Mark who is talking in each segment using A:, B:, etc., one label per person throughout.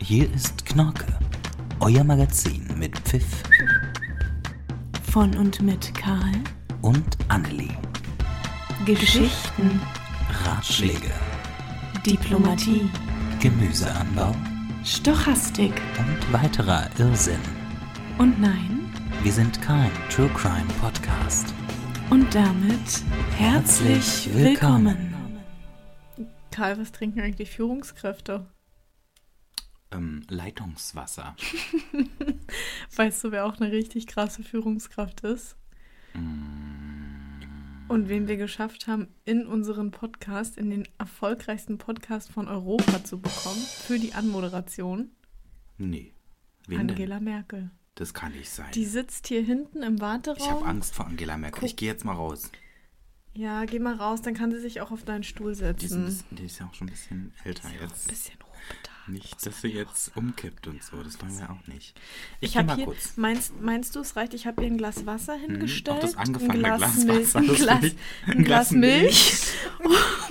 A: Hier ist Knorke, euer Magazin mit Pfiff
B: Von und mit Karl.
A: und Annelie.
B: Geschichten,
A: Ratschläge,
B: Diplomatie,
A: Gemüseanbau
B: Stochastik
A: und weiterer Irrsinn.
B: und nein.
A: Wir sind kein True Crime Podcast.
B: Und damit herzlich
A: Herzlich willkommen.
B: willkommen.
C: Karl, was trinken eigentlich Führungskräfte?
A: Ähm, Leitungswasser.
C: Weißt du, wer auch eine richtig krasse Führungskraft ist?
A: Mm.
C: Und wen wir geschafft haben, in unseren Podcast, in den erfolgreichsten Podcast von Europa zu bekommen, für die Anmoderation,
A: Nee. Wen
C: Angela Merkel.
A: Das kann nicht sein.
C: Die sitzt hier hinten im Warteraum.
A: ich habe Angst vor Angela Merkel. Ich gehe jetzt mal raus.
C: Ja, geh mal raus, dann kann sie sich auch auf deinen Stuhl
A: Die ist, ein
C: setzen.
A: bisschen, die ist ja auch schon ein bisschen älter jetzt.
C: bisschen Ruhebedarf.
A: Nicht, dass sie jetzt umkippt und so. Das wollen wir auch nicht. Ich,
C: Ich
A: geh
C: habe
A: mal
C: hier,
A: kurz. Mhm.
C: meinst, meinst du, es reicht? Ich habe ihr ein Glas Wasser hingestellt.
A: auch das angefangene
C: ein
A: Glas
C: Mil-
A: Wasser,
C: Ein
A: das
C: Glas,
A: finde ich-
C: ein Glas Milch.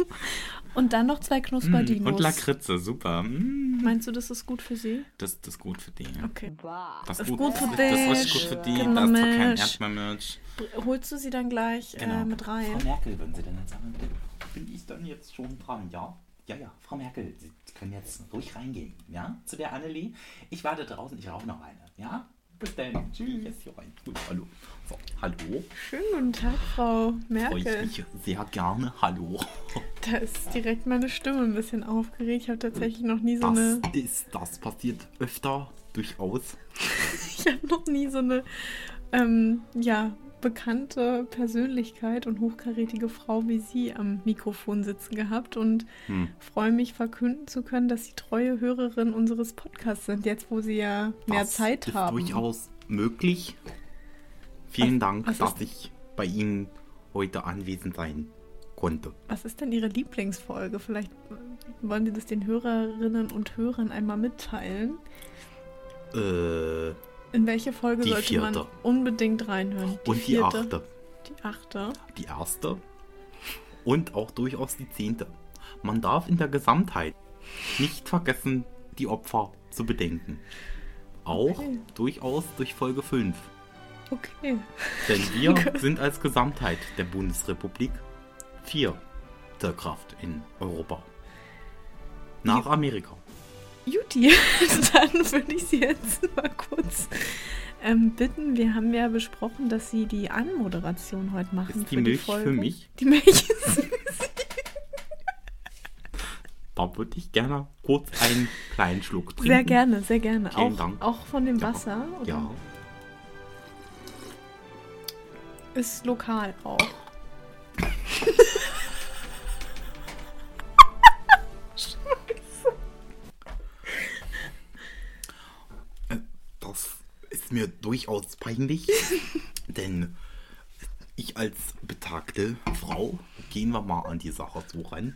C: Und dann noch zwei Knusperdinos.
A: Mm,
C: Mhm.
A: Und Lakritze, super. Mm,
C: Meinst du, das ist gut für sie?
A: Das, das ist gut für die.
C: Okay.
A: Das
C: ist gut für
A: Das ist
C: dich.
A: richtig gut für die.
C: Genau,
A: da ist doch kein
C: Mensch.
A: Erdbeermilch.
C: Br- Holst du sie dann gleich
A: Genau.
C: äh, mit
A: Frau
C: rein?
A: Merkel, würden Sie denn jetzt sagen, bin ich dann jetzt schon dran, ja? Ja, ja, Frau Merkel, Sie können jetzt ruhig reingehen, ja? Zu der Annelie. Ich warte draußen, ich rauche noch eine, ja? Bis dann. Tschüss. Jetzt hier rein. Gut, hallo. So, hallo.
C: Schönen guten Tag, Frau
A: Freue
C: Merkel.
A: ich mich sehr gerne. Hallo.
C: Da ist direkt meine Stimme ein bisschen aufgeregt. Ich habe tatsächlich noch nie so
A: Das
C: eine,
A: ist, das passiert öfter, durchaus.
C: ich habe noch nie so eine, ähm, ja, bekannte Persönlichkeit und hochkarätige Frau wie Sie am Mikrofon sitzen gehabt und
A: Hm.
C: freue mich verkünden zu können, dass Sie treue Hörerin unseres Podcasts sind, jetzt wo Sie ja mehr
A: Das
C: Zeit
A: ist
C: haben.
A: durchaus möglich. Vielen Dank,
C: was
A: dass
C: ist-
A: ich bei Ihnen heute anwesend sein konnte.
C: Was ist denn Ihre Lieblingsfolge? Vielleicht wollen Sie das den Hörerinnen und Hörern einmal mitteilen.
A: Äh,
C: In welche Folge
A: Die
C: sollte man
A: vierte.
C: unbedingt reinhören?
A: und die
C: vierte,
A: achte.
C: Die achte.
A: Die erste. Und auch durchaus die zehnte. Man darf in der Gesamtheit nicht vergessen, die Opfer zu bedenken. Auch
C: Okay.
A: durchaus durch Folge 5.
C: Okay.
A: Denn wir sind als Gesamtheit der Bundesrepublik vierte Kraft in Europa. Nach Amerika.
C: Juti, dann würde ich Sie jetzt mal kurz ähm, bitten. Wir haben ja besprochen, dass Sie die Anmoderation heute machen.
A: Ist die
C: für
A: Milch
C: die Folge.
A: für mich?
C: Die Milch ist.
A: Da würde ich gerne kurz einen kleinen Schluck trinken.
C: Sehr gerne, sehr gerne.
A: Vielen
C: auch,
A: Dank.
C: auch von dem
A: Ja.
C: Wasser. oder?
A: Ja,
C: Ist lokal auch.
A: das ist mir durchaus peinlich, denn ich als betagte Frau, gehen wir mal an die Sache so ran,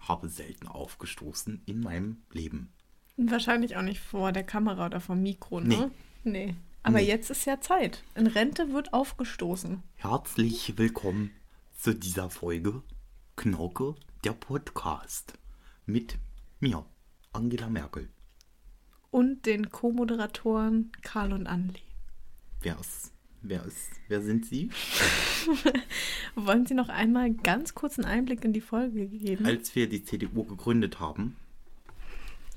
A: habe selten aufgestoßen in meinem Leben.
C: Und Wahrscheinlich auch nicht vor der Kamera oder vom Mikro, ne? Nee. Aber
A: Nee.
C: jetzt ist ja Zeit. In Rente wird aufgestoßen.
A: Herzlich willkommen zu dieser Folge Knorke, der Podcast mit mir, Angela Merkel.
C: Und den Co-Moderatoren Karl und Anli.
A: Wer ist, wer ist, wer sind Sie?
C: Wollen Sie noch einmal ganz kurz einen Einblick in die Folge geben?
A: Als wir die CDU gegründet haben,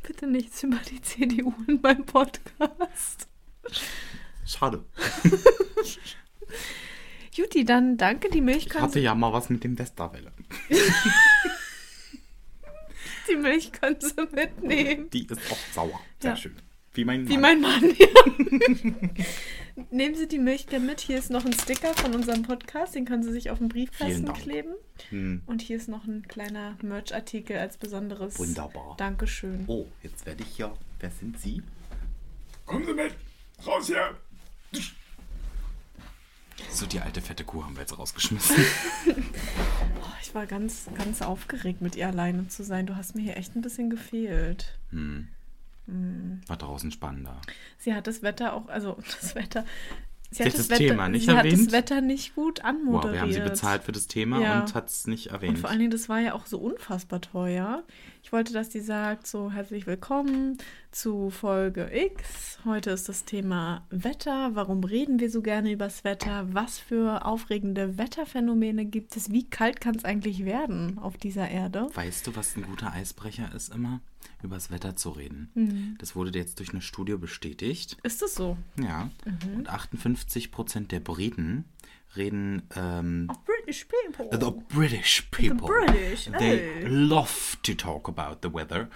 C: Bitte nichts über die CDU in meinem Podcast.
A: schade,
C: Juti, dann danke, die Milch
A: ich
C: können,
A: hatte
C: Sie,
A: ja mal was mit dem Westerwelle.
C: die Milch können Sie mitnehmen.
A: Die ist auch sauer. Sehr
C: Ja.
A: schön. Wie mein
C: Wie mein
A: Mann.
C: Mann. Ja. Nehmen Sie die Milch gerne mit. Hier ist noch ein Sticker von unserem Podcast. Den können Sie sich auf den
A: Vielen
C: Briefkasten
A: Dank.
C: kleben.
A: Hm.
C: Und hier ist noch ein kleiner Merch-Artikel als besonderes
A: Wunderbar.
C: Dankeschön.
A: Oh, jetzt werde ich ja. Wer sind Sie?
D: Kommen Sie mit! Raus hier!
A: So, die alte fette Kuh haben wir jetzt rausgeschmissen.
C: Oh, ich war ganz, ganz aufgeregt, mit ihr alleine zu sein. Du hast mir hier echt ein bisschen gefehlt.
A: War draußen spannender.
C: Sie hat das Wetter auch, also das Wetter. Sie
A: hat das Thema nicht
C: sie hat
A: erwähnt?
C: das Wetter nicht gut anmoderiert.
A: Wow, wir haben sie bezahlt für das Thema
C: Ja.
A: und hat es nicht erwähnt.
C: Und vor allen Dingen, das war ja auch so unfassbar teuer. Ich wollte, dass sie sagt, so herzlich willkommen, zu Folge X. Heute ist das Thema Wetter. Warum reden wir so gerne übers Wetter? Was für aufregende Wetterphänomene gibt es? Wie kalt kann es eigentlich werden auf dieser Erde?
A: Weißt du, was ein guter Eisbrecher ist immer? Übers Wetter zu reden.
C: Hm.
A: Das wurde jetzt durch eine Studie bestätigt.
C: Ist es so?
A: Ja.
C: Mhm.
A: Und 58 Prozent der Briten reden ähm,
C: British people.
A: the British people.
C: British,
A: They
C: ey.
A: love to talk about the weather.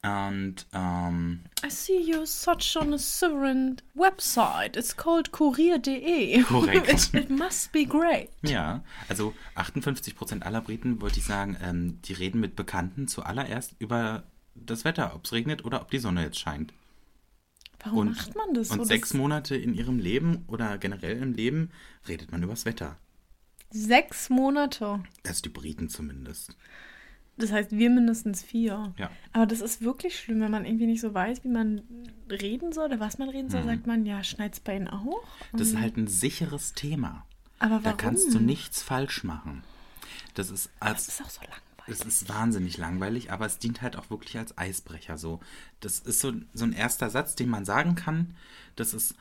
A: And ähm,
C: I see you such on a sovereign website. It's called kurier.de.
A: Korrekt.
C: it, it must be great.
A: Ja, also 58 Prozent aller Briten, wollte ich sagen, ähm, die reden mit Bekannten zuallererst über das Wetter, ob es regnet oder ob die Sonne jetzt scheint.
C: Warum macht man das
A: Und
C: so?
A: sechs
C: das,
A: Monate in ihrem Leben oder generell im Leben redet man über das Wetter.
C: sechs Monate.
A: Also die Briten zumindest.
C: Das heißt, wir mindestens vier.
A: Ja.
C: Aber das ist wirklich schlimm, wenn man irgendwie nicht so weiß, wie man reden soll oder was man reden soll, sagt man, ja, schneid's bei ihnen auch.
A: Mhm. Das ist halt ein sicheres Thema.
C: Aber Mhm. warum?
A: Da kannst du nichts falsch machen. Das ist als,
C: Das ist auch so langweilig.
A: Es ist wahnsinnig langweilig, aber es dient halt auch wirklich als Eisbrecher. So, das ist so, so ein erster Satz, den man sagen kann. Das ist,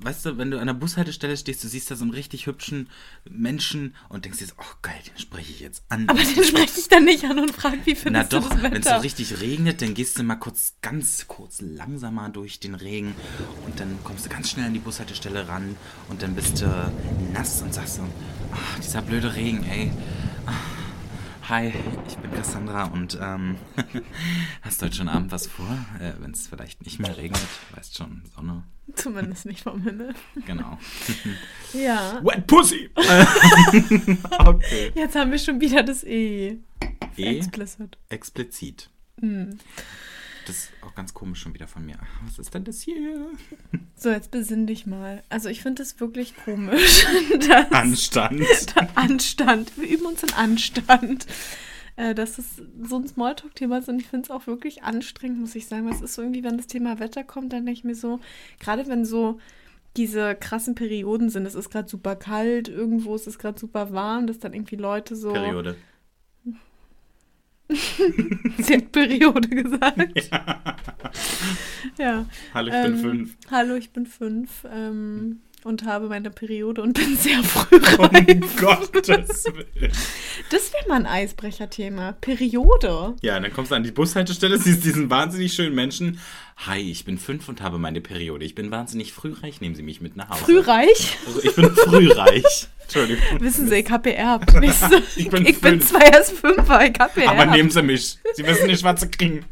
A: weißt du, wenn du an der Bushaltestelle stehst, du siehst da so einen richtig hübschen Menschen und denkst dir, so, oh geil, den spreche ich jetzt an.
C: Aber den spreche ich dann nicht an und frage, wie
A: Na
C: findest
A: doch,
C: du das
A: wenn es so
C: Wetter?
A: richtig regnet, dann gehst du mal kurz, ganz kurz langsamer durch den Regen und dann kommst du ganz schnell an die Bushaltestelle ran und dann bist du nass und sagst so, ach, dieser blöde Regen, ey. Ah, Hi, ich bin Cassandra und ähm, hast heute schon Abend was vor? Äh, wenn es vielleicht nicht mehr regnet, weißt schon, Sonne,
C: Zumindest nicht vom Himmel.
A: genau.
C: Ja.
D: Wet Pussy!
A: Okay.
C: Jetzt haben wir schon wieder das E.
A: E,
C: Explicit.
A: explizit.
C: Hm.
A: Das ist auch ganz komisch schon wieder von mir. Was ist denn das hier?
C: So, jetzt besinn dich mal. Also ich finde es wirklich komisch, dass
A: Anstand.
C: Anstand, wir üben uns in Anstand, äh, dass es so ein Smalltalk-Thema ist und ich finde es auch wirklich anstrengend, muss ich sagen. weil Es ist so irgendwie, wenn das Thema Wetter kommt, dann denke ich mir so, gerade wenn so diese krassen Perioden sind, es ist gerade super kalt, irgendwo ist es gerade super warm, dass dann irgendwie Leute so...
A: Periode.
C: Sie hat Periode gesagt. Ja.
A: Hallo,
C: ähm, Hallo, ich bin fünf
A: Hm.
C: ähm, und habe meine Periode und bin sehr früh
A: Oh
C: reif.
A: Um Gottes Willen.
C: Das wäre mal ein Eisbrecherthema. Periode.
A: Ja, dann kommst du an die Bushaltestelle, siehst diesen wahnsinnig schönen Menschen. Hi, ich bin fünf und habe meine Periode. Ich bin wahnsinnig frühreich, nehmen Sie mich mit nach Hause.
C: Frühreich?
A: Also, ich bin frühreich. Entschuldigung.
C: Wissen Sie, ich habe geerbt. Wisst ihr?
A: Ich bin
C: ich bin
A: fünf.
C: zwar erst fünf, aber ich habe geerbt.
A: Aber nehmen Sie mich. Sie wissen nicht, was Sie kriegen.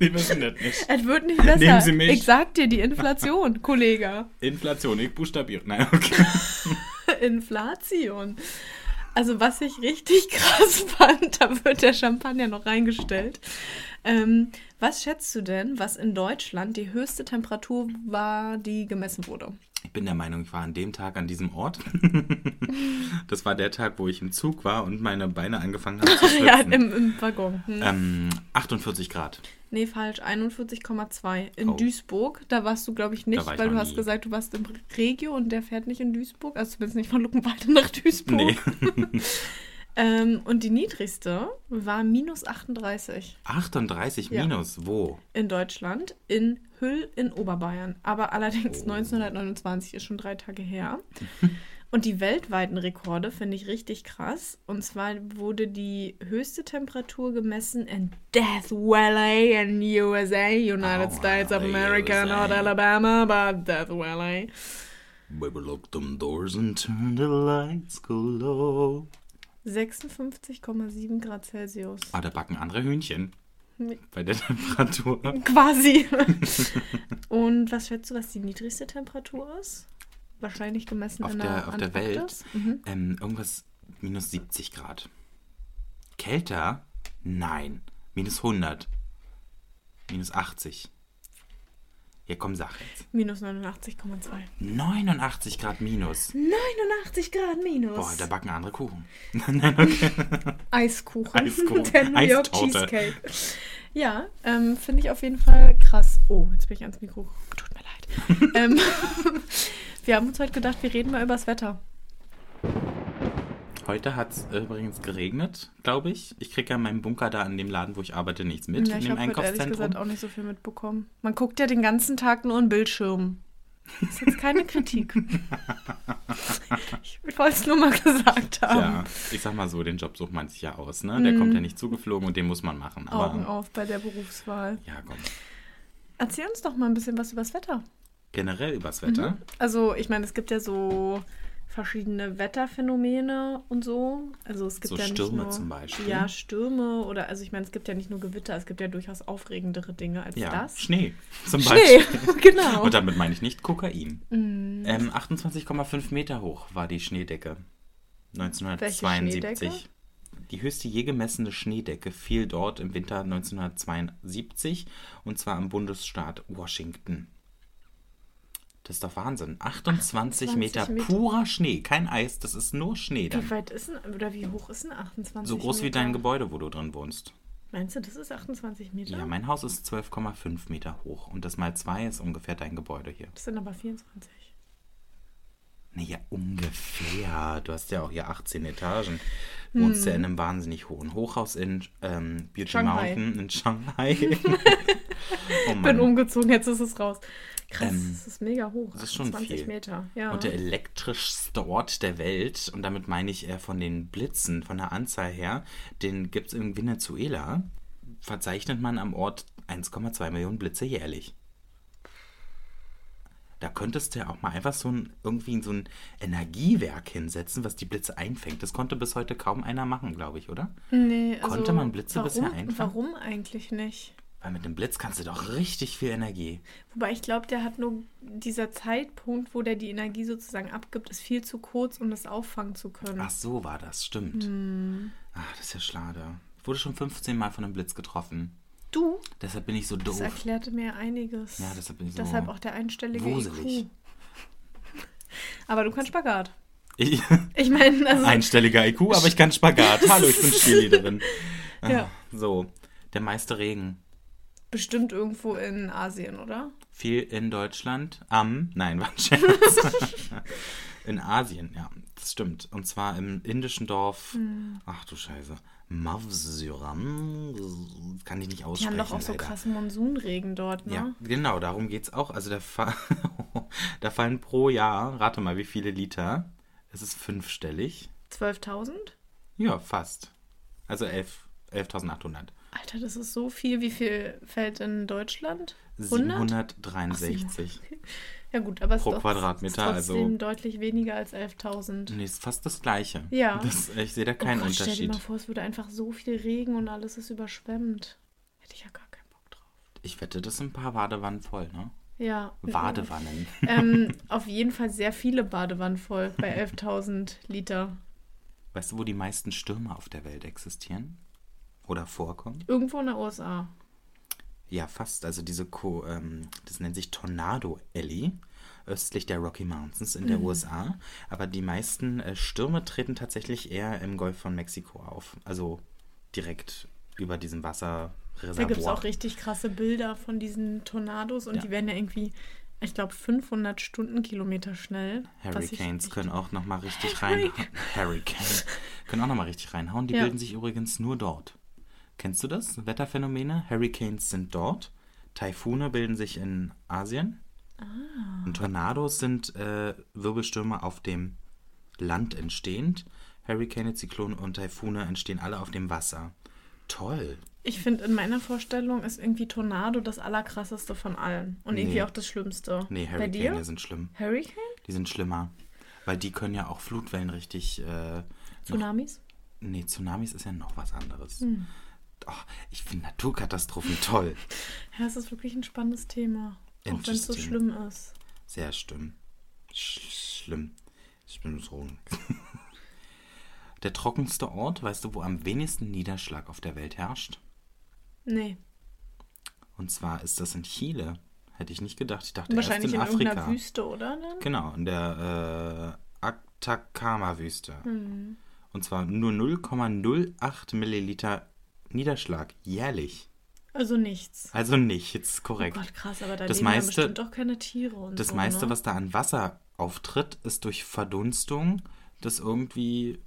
A: Sie wissen das nicht.
C: es wird nicht besser.
A: Nehmen Sie mich.
C: Ich sag dir die Inflation, Kollege.
A: Inflation, ich buchstabiere. Nein, okay.
C: Inflation. Also was ich richtig krass fand, da wird der Champagner noch reingestellt. Ähm, was schätzt du denn, was in Deutschland die höchste Temperatur war, die gemessen wurde?
A: Ich bin der Meinung, ich war an dem Tag an diesem Ort. Das war der Tag, wo ich im Zug war und meine Beine angefangen haben zu
C: Ja,
A: schwitzen.
C: im, im Waggon. Hm.
A: ähm, 48 Grad.
C: Nee, falsch, 41,2 in
A: Oh.
C: Duisburg. Da warst du, glaube ich, nicht,
A: Da war ich
C: weil du
A: noch
C: hast
A: nie.
C: gesagt, du warst im Regio und der fährt nicht in Duisburg. Also zumindest nicht von Luckenwalde nach Duisburg.
A: Nee.
C: Ähm, und die niedrigste war minus 38
A: 38
C: Ja.
A: minus, wo?
C: in Deutschland, in Hüll in Oberbayern. Aber allerdings
A: Oh.
C: 1929 ist schon drei Tage her. Und die weltweiten Rekorde finde ich richtig krass. Und zwar wurde die höchste Temperatur gemessen in Death Valley in USA, United
A: Oh,
C: States of
A: wow,
C: America,
A: USA.
C: not Alabama, but Death Valley.
A: Baby, lock them doors and turn the lights go low.
C: 56,7 Grad Celsius.
A: Ah, da backen andere Hühnchen.
C: Nee.
A: Bei der Temperatur.
C: Quasi. Und was schätzt du, was die niedrigste Temperatur ist? Wahrscheinlich gemessen
A: Auf
C: in
A: der, auf der Welt.
C: Antarktis. Mhm.
A: Ähm, irgendwas minus 70 Grad. Kälter? Nein. Minus 100. Minus 80. Ja, komm, sag jetzt.
C: Minus 89,2.
A: 89 Grad minus.
C: 89 Grad minus.
A: Boah, da backen andere Kuchen.
C: Eiskuchen.
A: Eiskuchen.
C: Der New York
A: Eistorte.
C: Cheesecake. Ja, ähm, finde ich auf jeden Fall krass. Oh, jetzt bin ich ans Mikro. gekommen. Tut mir leid. ähm, wir haben uns heute gedacht, wir reden mal übers Wetter.
A: Heute hat es übrigens geregnet, glaube ich. Ich kriege ja in meinem Bunker da in dem Laden, wo ich arbeite, nichts mit.
C: ja,
A: in
C: ich
A: dem
C: habe heute ehrlich
A: Einkaufszentrum.
C: gesagt auch nicht so viel mitbekommen. Man guckt ja den ganzen Tag nur in Bildschirm. Das ist jetzt keine Kritik. ich wollte es nur mal gesagt haben. Mhm.
A: ja, ich sag mal so, den Job sucht man sich ja aus, ne? Der kommt ja nicht zugeflogen und den muss man machen. Aber
C: Augen auf bei der Berufswahl.
A: ja, komm.
C: Erzähl uns doch mal ein bisschen was über das Wetter.
A: Generell übers Wetter.
C: Also, ich meine, es gibt ja so verschiedene Wetterphänomene und so. Also es gibt
A: So
C: ja nicht
A: Stürme
C: nur,
A: zum Beispiel.
C: Ja, Stürme oder also ich meine, es gibt ja nicht nur Gewitter, es gibt ja durchaus aufregendere Dinge als
A: Ja,
C: das.
A: Schnee zum
C: Schnee,
A: Beispiel.
C: genau. Mhm.
A: Und damit meine ich nicht Kokain. Ähm, 28,5 Meter hoch war die Schneedecke. 1972.
C: Welche Schneedecke?
A: Die höchste je gemessene Schneedecke fiel dort im Winter 1972 und zwar am Bundesstaat Washington. Das ist doch Wahnsinn. 28,
C: 28
A: Meter,
C: Meter.
A: purer Schnee, kein Eis, das ist nur Schnee dann.
C: Wie weit ist denn, oder wie hoch ist denn 28
A: So groß wie
C: Meter?
A: dein Gebäude, wo du drin wohnst.
C: Meinst du, das ist 28 Meter?
A: Ja, mein Haus ist 12,5 Meter hoch und das mal 2 ist ungefähr dein Gebäude hier.
C: das sind aber 24.
A: Oh Naja, ungefähr. Du hast ja auch hier 18 Etagen. Wohnst ja in einem wahnsinnig hohen Hochhaus in ähm, Beauty
C: Shanghai.
A: Mountain in Shanghai. oh
C: Bin
A: Mann.
C: umgezogen, jetzt ist es raus. Krass,
A: Ähm,
C: das ist mega hoch.
A: das ist schon
C: 28
A: viel.
C: Meter, ja.
A: Und der elektrischste Ort der Welt, und damit meine ich äh, von den Blitzen, von der Anzahl her, den gibt es in Venezuela, verzeichnet man am Ort 1,2 Millionen Blitze jährlich. Da könntest du ja auch mal einfach so ein, irgendwie so ein Energiewerk hinsetzen, was die Blitze einfängt. Das konnte bis heute kaum einer machen, glaube ich, oder?
C: nee, also,
A: Konnte man Blitze
C: warum,
A: bisher einfangen?
C: Warum eigentlich nicht?
A: Weil mit dem Blitz kannst du doch richtig viel Energie.
C: Wobei ich glaube, der hat nur dieser Zeitpunkt, wo der die Energie sozusagen abgibt, ist viel zu kurz, um das auffangen zu können.
A: Ach, so war das, stimmt.
C: Hm.
A: Ach, das ist ja schade. Ich wurde schon 15 Mal von einem Blitz getroffen.
C: Du,
A: Deshalb bin ich so
C: das
A: doof.
C: erklärte mir einiges.
A: Ja, deshalb bin ich so
C: Deshalb auch der einstellige
A: wuselig.
C: IQ. Aber du kannst Spagat.
A: Ich,
C: Ich meine, also
A: einstelliger IQ, aber ich kann Spagat. Hallo, ich bin Cheerleaderin. Ah,
C: Ja.
A: So, der meiste Regen
C: bestimmt irgendwo in Asien, oder?
A: fiel in Deutschland am, nein, war ein Scherz. in Asien, ja, das stimmt. Und zwar im indischen Dorf,
C: Hm.
A: ach du Scheiße, Mavsuram, kann ich nicht
C: Die
A: aussprechen.
C: haben doch auch so
A: leider.
C: krassen Monsunregen dort, ne?
A: Ja, genau, darum geht es auch. Also da, fa da fallen pro Jahr, rate mal, wie viele Liter? Es ist fünfstellig.
C: 12.000?
A: Ja, fast. Also elf- 11.800.
C: Alter, das ist so viel. Wie viel fällt in Deutschland? 100?
A: 763.
C: Ja gut, aber es
A: pro
C: ist doch-
A: Quadratmeter,
C: ist trotzdem
A: also-
C: deutlich weniger als 11.000.
A: Nee, ist fast das Gleiche.
C: Ja.
A: Das, ich sehe da keinen
C: oh Gott, Stell dir
A: Unterschied.
C: mal vor, es würde einfach so viel Regen und alles ist überschwemmt. Hätte ich ja gar keinen Bock drauf.
A: Ich wette, das sind ein paar Badewannen voll, ne?
C: Ja.
A: Badewannen.
C: Ähm, auf jeden Fall sehr viele Badewannen voll bei 11.000 Liter.
A: Weißt du, wo die meisten Stürme auf der Welt existieren? Oder vorkommen?
C: Irgendwo in der USA.
A: Ja, fast. Also diese, Ko ähm, das nennt sich Tornado Alley, östlich der Rocky Mountains in der
C: Mhm.
A: USA. Aber die meisten äh, Stürme treten tatsächlich eher im Golf von Mexiko auf. Also direkt über diesem Wasserreservoir.
C: Da gibt es auch richtig krasse Bilder von diesen Tornados und
A: Ja.
C: die werden ja irgendwie, ich glaube, 500 Stundenkilometer schnell. was ich
A: Hurricanes
C: echt-
A: können auch nochmal richtig reinhauen. Hurricanes können auch nochmal richtig reinhauen. Die
C: Ja.
A: bilden sich übrigens nur dort. Kennst du das? Wetterphänomene? Hurricanes sind dort. Taifune bilden sich in Asien.
C: Ah.
A: Und Tornados sind äh, Wirbelstürme auf dem Land entstehend. Hurricane, Zyklone und Taifune entstehen alle auf dem Wasser. Toll.
C: Ich finde, in meiner Vorstellung ist irgendwie Tornado das allerkrasseste von allen und irgendwie
A: Nee.
C: auch das Schlimmste.
A: Nee,
C: Bei dir?
A: Hurricane sind schlimm.
C: Hurricane?
A: Die sind schlimmer. Weil die können ja auch Flutwellen richtig äh, noch
C: Tsunamis?
A: Nee, Tsunamis ist ja noch was anderes.
C: Hm.
A: Ach, ich finde Naturkatastrophen toll.
C: Ja, es ist wirklich ein spannendes Thema. Auch wenn es so
A: Interesting.
C: schlimm ist.
A: Sehr schlimm. Sch schlimm. Ich bin so. Der trockenste Ort, weißt du, wo am wenigsten Niederschlag auf der Welt herrscht?
C: Nee.
A: Und zwar ist das in Chile. Hätte ich nicht gedacht. Ich dachte
C: Wahrscheinlich in,
A: erst in,
C: irgendeiner
A: Afrika.
C: Wüste, oder? Dann?
A: Genau, in der äh, Atacama-Wüste.
C: Hm.
A: Und zwar nur 0,08 Milliliter Niederschlag jährlich.
C: Also nichts.
A: Also nichts,
C: Oh
A: korrekt.
C: Gott, krass, aber da
A: Das
C: leben ja
A: meiste-
C: bestimmt auch keine Tiere und
A: das
C: so,
A: meiste,
C: ne?
A: was da an Wasser auftritt, ist durch Verdunstung, das irgendwie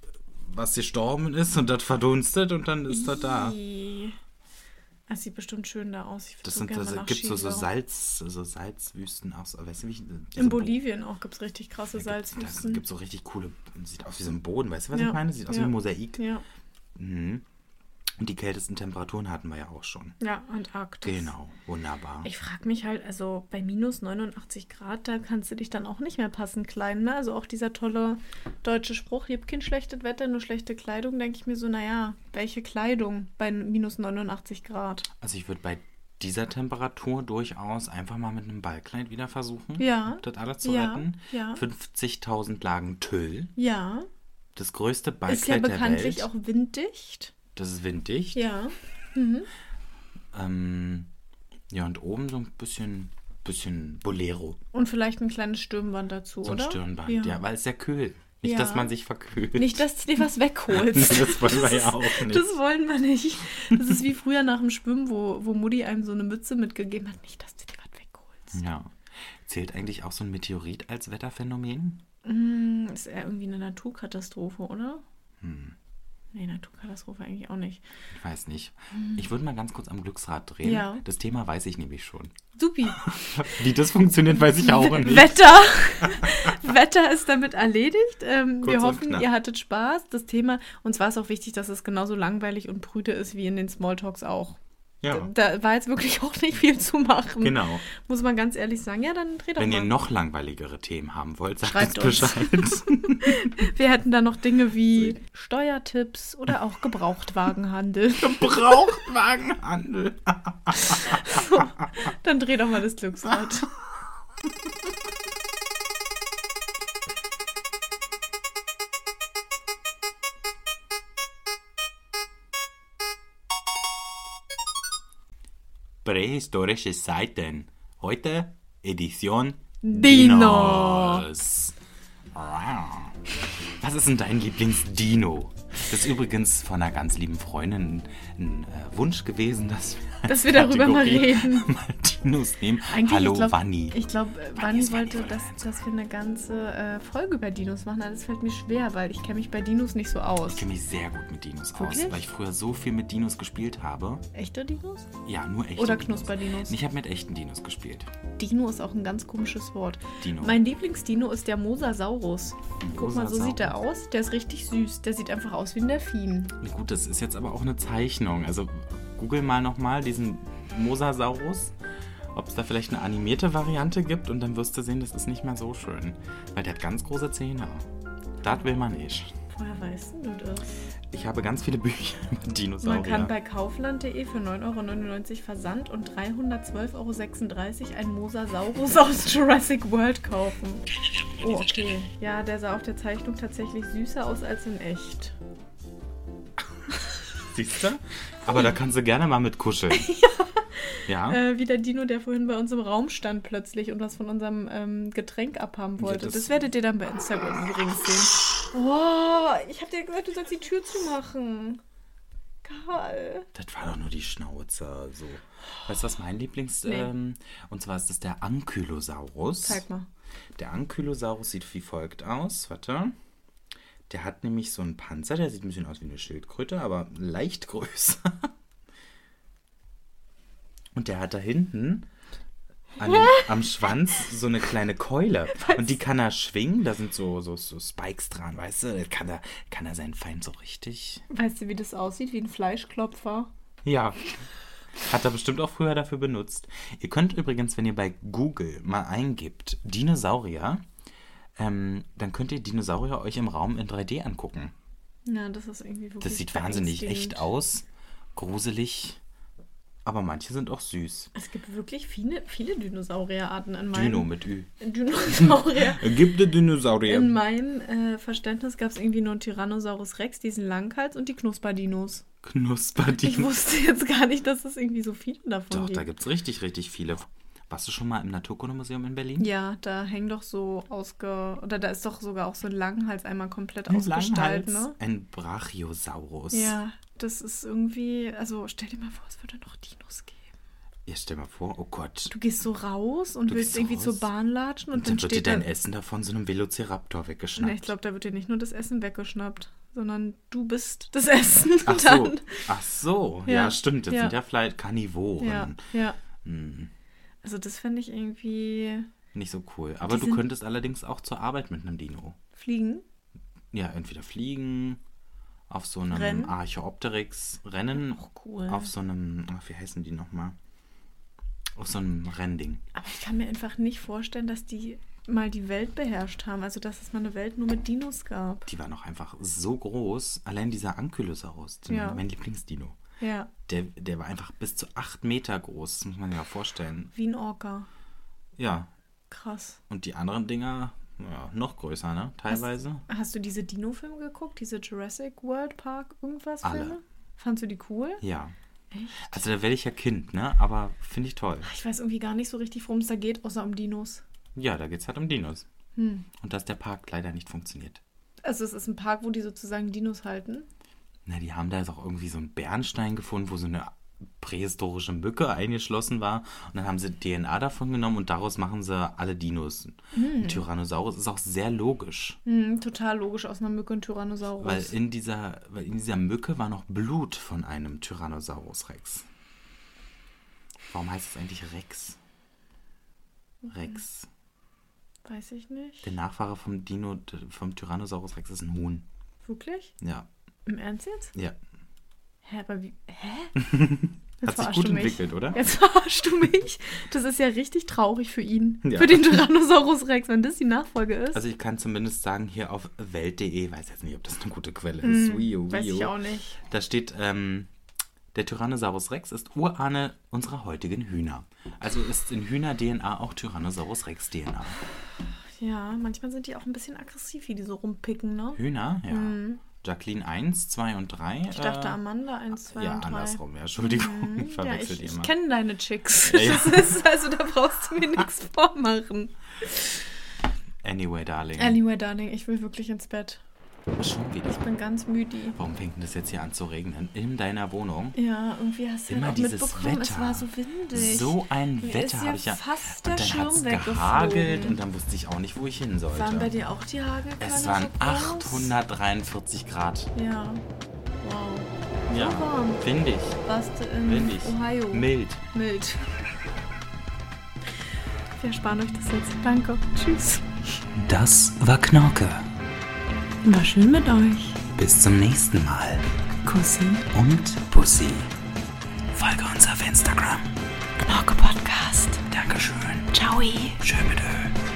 A: was gestorben ist und das verdunstet und dann ist das da.
C: Ii. Das Ah, sieht bestimmt schön da aus. Ich würd
A: Das
C: so
A: sind
C: gerne
A: also,
C: nach
A: gibt so, so
C: Chile.
A: Salz, so Salzwüsten aus. Weißt du, wie ich,
C: In Bolivien auch gibt es richtig krasse
A: Das
C: Salzwüsten.
A: gibt so richtig coole, sieht aus wie so ein Boden, weißt du, was
C: Ja,
A: ich meine? Sieht aus wie
C: ja.
A: ein Mosaik.
C: Ja,
A: Mhm. Und die kältesten Temperaturen hatten wir ja auch schon.
C: ja, Antarktis.
A: Genau, wunderbar.
C: Ich frage mich halt, also bei minus 89 Grad, da kannst du dich dann auch nicht mehr passen, klein, ne? Also auch dieser tolle deutsche Spruch, ihr habt kein schlechtes Wetter, nur schlechte Kleidung, denke ich mir so, naja, welche Kleidung bei minus 89 Grad?
A: Also ich würde bei dieser Temperatur durchaus einfach mal mit einem Ballkleid wieder versuchen,
C: Ja.
A: das alles zu
C: Ja,
A: retten.
C: ja.
A: 50.000 Lagen Tüll,
C: Ja,
A: das größte Ballkleid
C: ist ja
A: der
C: bekanntlich
A: Welt.
C: auch winddicht.
A: das ist windig.
C: Ja,
A: Ähm, ja, und oben so ein bisschen, bisschen Bolero,
C: und vielleicht ein kleines Stirnband dazu,
A: so ein
C: oder?
A: Stirnband. Ja. weil es ist ja kühl. Nicht,
C: Ja.
A: dass man sich verkühlt.
C: Nicht, dass du dir was wegholst.
A: Das wollen wir ja auch
C: ist-
A: nicht.
C: Das wollen wir nicht. Das ist wie früher nach dem Schwimmen, wo, wo Mutti einem so eine Mütze mitgegeben hat. Nicht, dass du dir was wegholst.
A: ja. Zählt eigentlich auch so ein Meteorit als Wetterphänomen?
C: Mm, Ist eher irgendwie eine Naturkatastrophe, oder?
A: Hm.
C: Nee, Naturkatastrophe eigentlich auch nicht.
A: Ich weiß nicht. Ich würde mal ganz kurz am Glücksrad drehen.
C: Ja.
A: Das Thema weiß ich nämlich schon.
C: Supi.
A: Wie das funktioniert, weiß ich auch nicht.
C: Wetter. Wetter ist damit erledigt. Ähm,
A: Kurz
C: wir
A: und
C: hoffen,
A: knapp.
C: ihr hattet Spaß. Das Thema, uns war es auch wichtig, dass es genauso langweilig und prüde ist wie in den Smalltalks auch.
A: Ja,
C: Da war jetzt wirklich auch nicht viel zu machen.
A: genau.
C: Muss man ganz ehrlich sagen. Ja, dann dreht doch
A: Wenn
C: mal.
A: ihr noch langweiligere Themen haben wollt, sagt
C: Schreibt
A: uns
C: uns.
A: Bescheid.
C: Wir hätten da noch Dinge wie Steuertipps oder auch Gebrauchtwagenhandel.
A: Gebrauchtwagenhandel.
C: Dann dreh doch mal das Glücksrad.
A: Prähistorische Seiten. Heute Edition
C: Dino.
A: Dinos. Was ist denn dein Lieblingsdino? Das ist übrigens von einer ganz lieben Freundin ein äh, Wunsch gewesen, dass wir, als
C: Dass wir darüber mal
A: Kategorie
C: reden.
A: mal Dinos nehmen. Hallo
C: ich glaub,
A: Vanni.
C: Ich glaube,
A: Vanni
C: Vanni
A: ist Vanni,
C: wollte,
A: wollte
C: dass,
A: eins
C: dass wir eine ganze äh, Folge über Dinos machen. Aber Das fällt mir schwer, weil ich kenne mich bei Dinos nicht so aus.
A: Ich kenne mich sehr gut mit Dinos aus,
C: Wirklich?
A: weil ich früher so viel mit Dinos gespielt habe.
C: Echte Dinos?
A: Ja, nur echte
C: Oder
A: Dinos.
C: Knusperdinos.
A: Ich habe mit echten Dinos gespielt.
C: Dino ist auch ein ganz komisches Wort.
A: Dino.
C: Mein Lieblingsdino ist der Mosasaurus. Guck mal, so sieht er
A: Mosasaurus.
C: aus. Der ist richtig süß. Der sieht einfach aus wie ein Delfin.
A: Gut, das ist jetzt aber auch eine Zeichnung. Also google mal nochmal diesen Mosasaurus, ob es da vielleicht eine animierte Variante gibt und dann wirst du sehen, das ist nicht mehr so schön. Weil der hat ganz große Zähne. Das will man nicht.
C: Woher weißt denn du das?
A: Ich habe ganz viele Bücher über Dinosaurier.
C: Man kann bei kaufland.de für 9,99 Euro Versand und 312,36 Euro einen Mosasaurus aus Jurassic World kaufen. Oh, okay. Ja, der sah auf der Zeichnung tatsächlich süßer aus als in echt.
A: Siehst du? Aber da kannst du gerne mal mit kuscheln. ja.
C: Äh, wie der Dino, der vorhin bei uns im Raum stand plötzlich und was von unserem ähm, Getränk abhaben wollte.
A: das-
C: das, werdet ihr dann bei Instagram übrigens sehen. Wow, ich hab dir gesagt, du sollst die Tür zumachen. Karl.
A: Das war doch nur die Schnauze. So. Weißt du, was mein Lieblings...
C: Nee.
A: Ähm, und zwar ist es der Ankylosaurus.
C: Zeig mal.
A: Der Ankylosaurus sieht wie folgt aus. Warte. Der hat nämlich so einen Panzer, der sieht ein bisschen aus wie eine Schildkröte, aber leicht größer. Und der hat da hinten an den, am Schwanz so eine kleine Keule. Und die kann er schwingen, da sind so, so, so Spikes dran, weißt du? Da Kann er, kann er seinen Feind so richtig.
C: Weißt du, wie das aussieht? Wie ein Fleischklopfer.
A: Ja. Hat er bestimmt auch früher dafür benutzt. Ihr könnt übrigens, wenn ihr bei Google mal eingibt, Dinosaurier, ähm, dann könnt ihr Dinosaurier euch im Raum in 3D angucken.
C: Ja, das ist irgendwie wirklich.
A: Das sieht wahnsinnig
C: beängstigend.
A: echt aus, gruselig, aber manche sind auch süß.
C: Es gibt wirklich viele, viele Dinosaurierarten in meinem.
A: Dino mit Ü.
C: Dinosaurier.
A: Gibt eine Dinosaurier.
C: In meinem äh, Verständnis gab es irgendwie nur einen Tyrannosaurus Rex, diesen Langhals und die Knusperdinos. Ich
A: Knusperdino.
C: wusste jetzt gar nicht, dass es irgendwie so viele davon
A: Doch,
C: gibt.
A: da gibt's richtig, richtig viele. Warst du schon mal im Naturkundemuseum in Berlin?
C: ja, da hängen doch so ausge. Oder da ist doch sogar auch so ein Langhals einmal komplett
A: Ein
C: ausgestaltet,
A: Langhals,
C: ne?
A: ein Brachiosaurus.
C: Ja, das ist irgendwie. Also stell dir mal vor, es würde noch Dinos geben.
A: Ja, stell mal vor, oh Gott.
C: Du gehst so raus und
A: Du
C: willst
A: gehst
C: irgendwie
A: raus
C: zur Bahn latschen und,
A: Und dann wird dir
C: steht
A: dein
C: da.
A: Essen davon so einem Velociraptor
C: Nee,
A: weggeschnappt.
C: ich glaube, da wird dir nicht nur das Essen weggeschnappt. sondern du bist das Essen.
A: Ach so.
C: dann.
A: Ach so. Ja,
C: Ja,
A: stimmt. Jetzt
C: ja.
A: sind ja vielleicht Karnivoren.
C: Ja, ja.
A: Hm,
C: Also das fände ich irgendwie
A: nicht so cool. Aber
C: Die
A: du
C: sind-
A: könntest allerdings auch zur Arbeit mit einem Dino.
C: fliegen.
A: Ja, entweder fliegen, auf so einem
C: Rennen?
A: Archaeopteryx rennen,
C: cool.
A: auf so einem, ach, wie heißen die nochmal? Auf so einem Rennding.
C: Aber ich kann mir einfach nicht vorstellen, dass die mal die Welt beherrscht haben. Also dass es mal eine Welt nur mit Dinos gab.
A: Die waren auch einfach so groß. Allein dieser Ankylosaurus, den-
C: Ja.
A: mein Lieblingsdino,
C: Ja,
A: der, der war einfach bis zu 8 Meter groß. Das muss man sich mal vorstellen.
C: wie ein Orca.
A: Ja,
C: Krass.
A: und die anderen Dinger, ja, noch größer, ne? Teilweise.
C: Hast du diese Dino-Filme geguckt? Diese Jurassic World Park irgendwas
A: Alle.
C: Filme? Fandst du die cool?
A: Ja.
C: Echt?
A: Also da werde ich ja Kind, ne? Aber finde ich toll.
C: Ich weiß irgendwie gar nicht so richtig, worum es da geht, außer um Dinos.
A: Ja, da geht es halt um Dinos.
C: Hm.
A: Und dass der Park leider nicht funktioniert.
C: Also es ist ein Park, wo die sozusagen Dinos halten.
A: Na, die haben da jetzt auch irgendwie so einen Bernstein gefunden, wo so eine prähistorische Mücke eingeschlossen war. Und dann haben sie DNA davon genommen und daraus machen sie alle Dinos. Ein Tyrannosaurus ist auch sehr logisch,
C: Hm, total logisch aus einer Mücke und Tyrannosaurus.
A: weil in, dieser, weil in dieser Mücke war noch Blut von einem Tyrannosaurus Rex. Warum heißt es eigentlich Rex?
C: Mhm.
A: Rex.
C: weiß ich nicht.
A: Der Nachfahre vom Dino, vom Tyrannosaurus Rex ist ein Huhn.
C: Wirklich?
A: Ja,
C: Im Ernst jetzt?
A: ja.
C: Hä, aber wie? Hä?
A: Hat sich
C: verarschst
A: gut
C: du mich.
A: entwickelt, oder?
C: Jetzt verarschst du mich. Das ist ja richtig traurig für ihn.
A: Ja.
C: Für den Tyrannosaurus Rex, wenn das die Nachfolge ist.
A: Also ich kann zumindest sagen, hier auf welt.de, weiß jetzt nicht, ob das eine gute Quelle ist. Wio,
C: Mhm. weiß ich
A: wio.
C: auch nicht.
A: Da steht, ähm, der Tyrannosaurus Rex ist Urahne unserer heutigen Hühner. Also ist in Hühner-DNA auch Tyrannosaurus Rex-DNA.
C: Ja, manchmal sind die auch ein bisschen aggressiv, wie die so rumpicken, ne?
A: Hühner, ja. Jacqueline 1, 2 und 3.
C: Mhm. Ich dachte Amanda 1, 2
A: Ja,
C: und 3.
A: andersrum, ja, Entschuldigung. Ich
C: Ja,
A: verwechsel
C: ich,
A: die
C: ich
A: immer.
C: kenne deine Chicks.
A: Ja, ja.
C: Das ist, also da brauchst du mir nichts vormachen.
A: Anyway, Darling.
C: Anyway, Darling, ich will wirklich ins Bett.
A: Schon wieder.
C: Ich bin ganz müde.
A: Warum fängt denn das jetzt hier an zu regnen? In deiner Wohnung?
C: Ja, irgendwie hast du
A: Immer
C: halt auch
A: dieses
C: mitbekommen, es
A: Wetter.
C: war so windig.
A: So ein
C: Mir
A: Wetter
C: ist ja
A: habe ich ja.
C: fast der
A: und dann hat's
C: Schirm weggeflogen.
A: gehagelt und dann wusste ich auch nicht, wo ich hin sollte.
C: Waren bei dir auch die Hagelkörner
A: Es waren
C: so groß?
A: 843 Grad.
C: Ja. Wow.
A: Ja,
C: warm.
A: windig,
C: Warst du in
A: windig.
C: Ohio?
A: Mild.
C: Mild. Wir sparen euch das jetzt. Danke. Tschüss.
E: Das war Knorke.
B: War schön mit euch.
E: Bis zum nächsten Mal.
B: Kussi.
E: Und Pussy. Folge uns auf Instagram.
B: Knorke Podcast.
E: Dankeschön.
B: Ciao.
E: Schön mit Ö.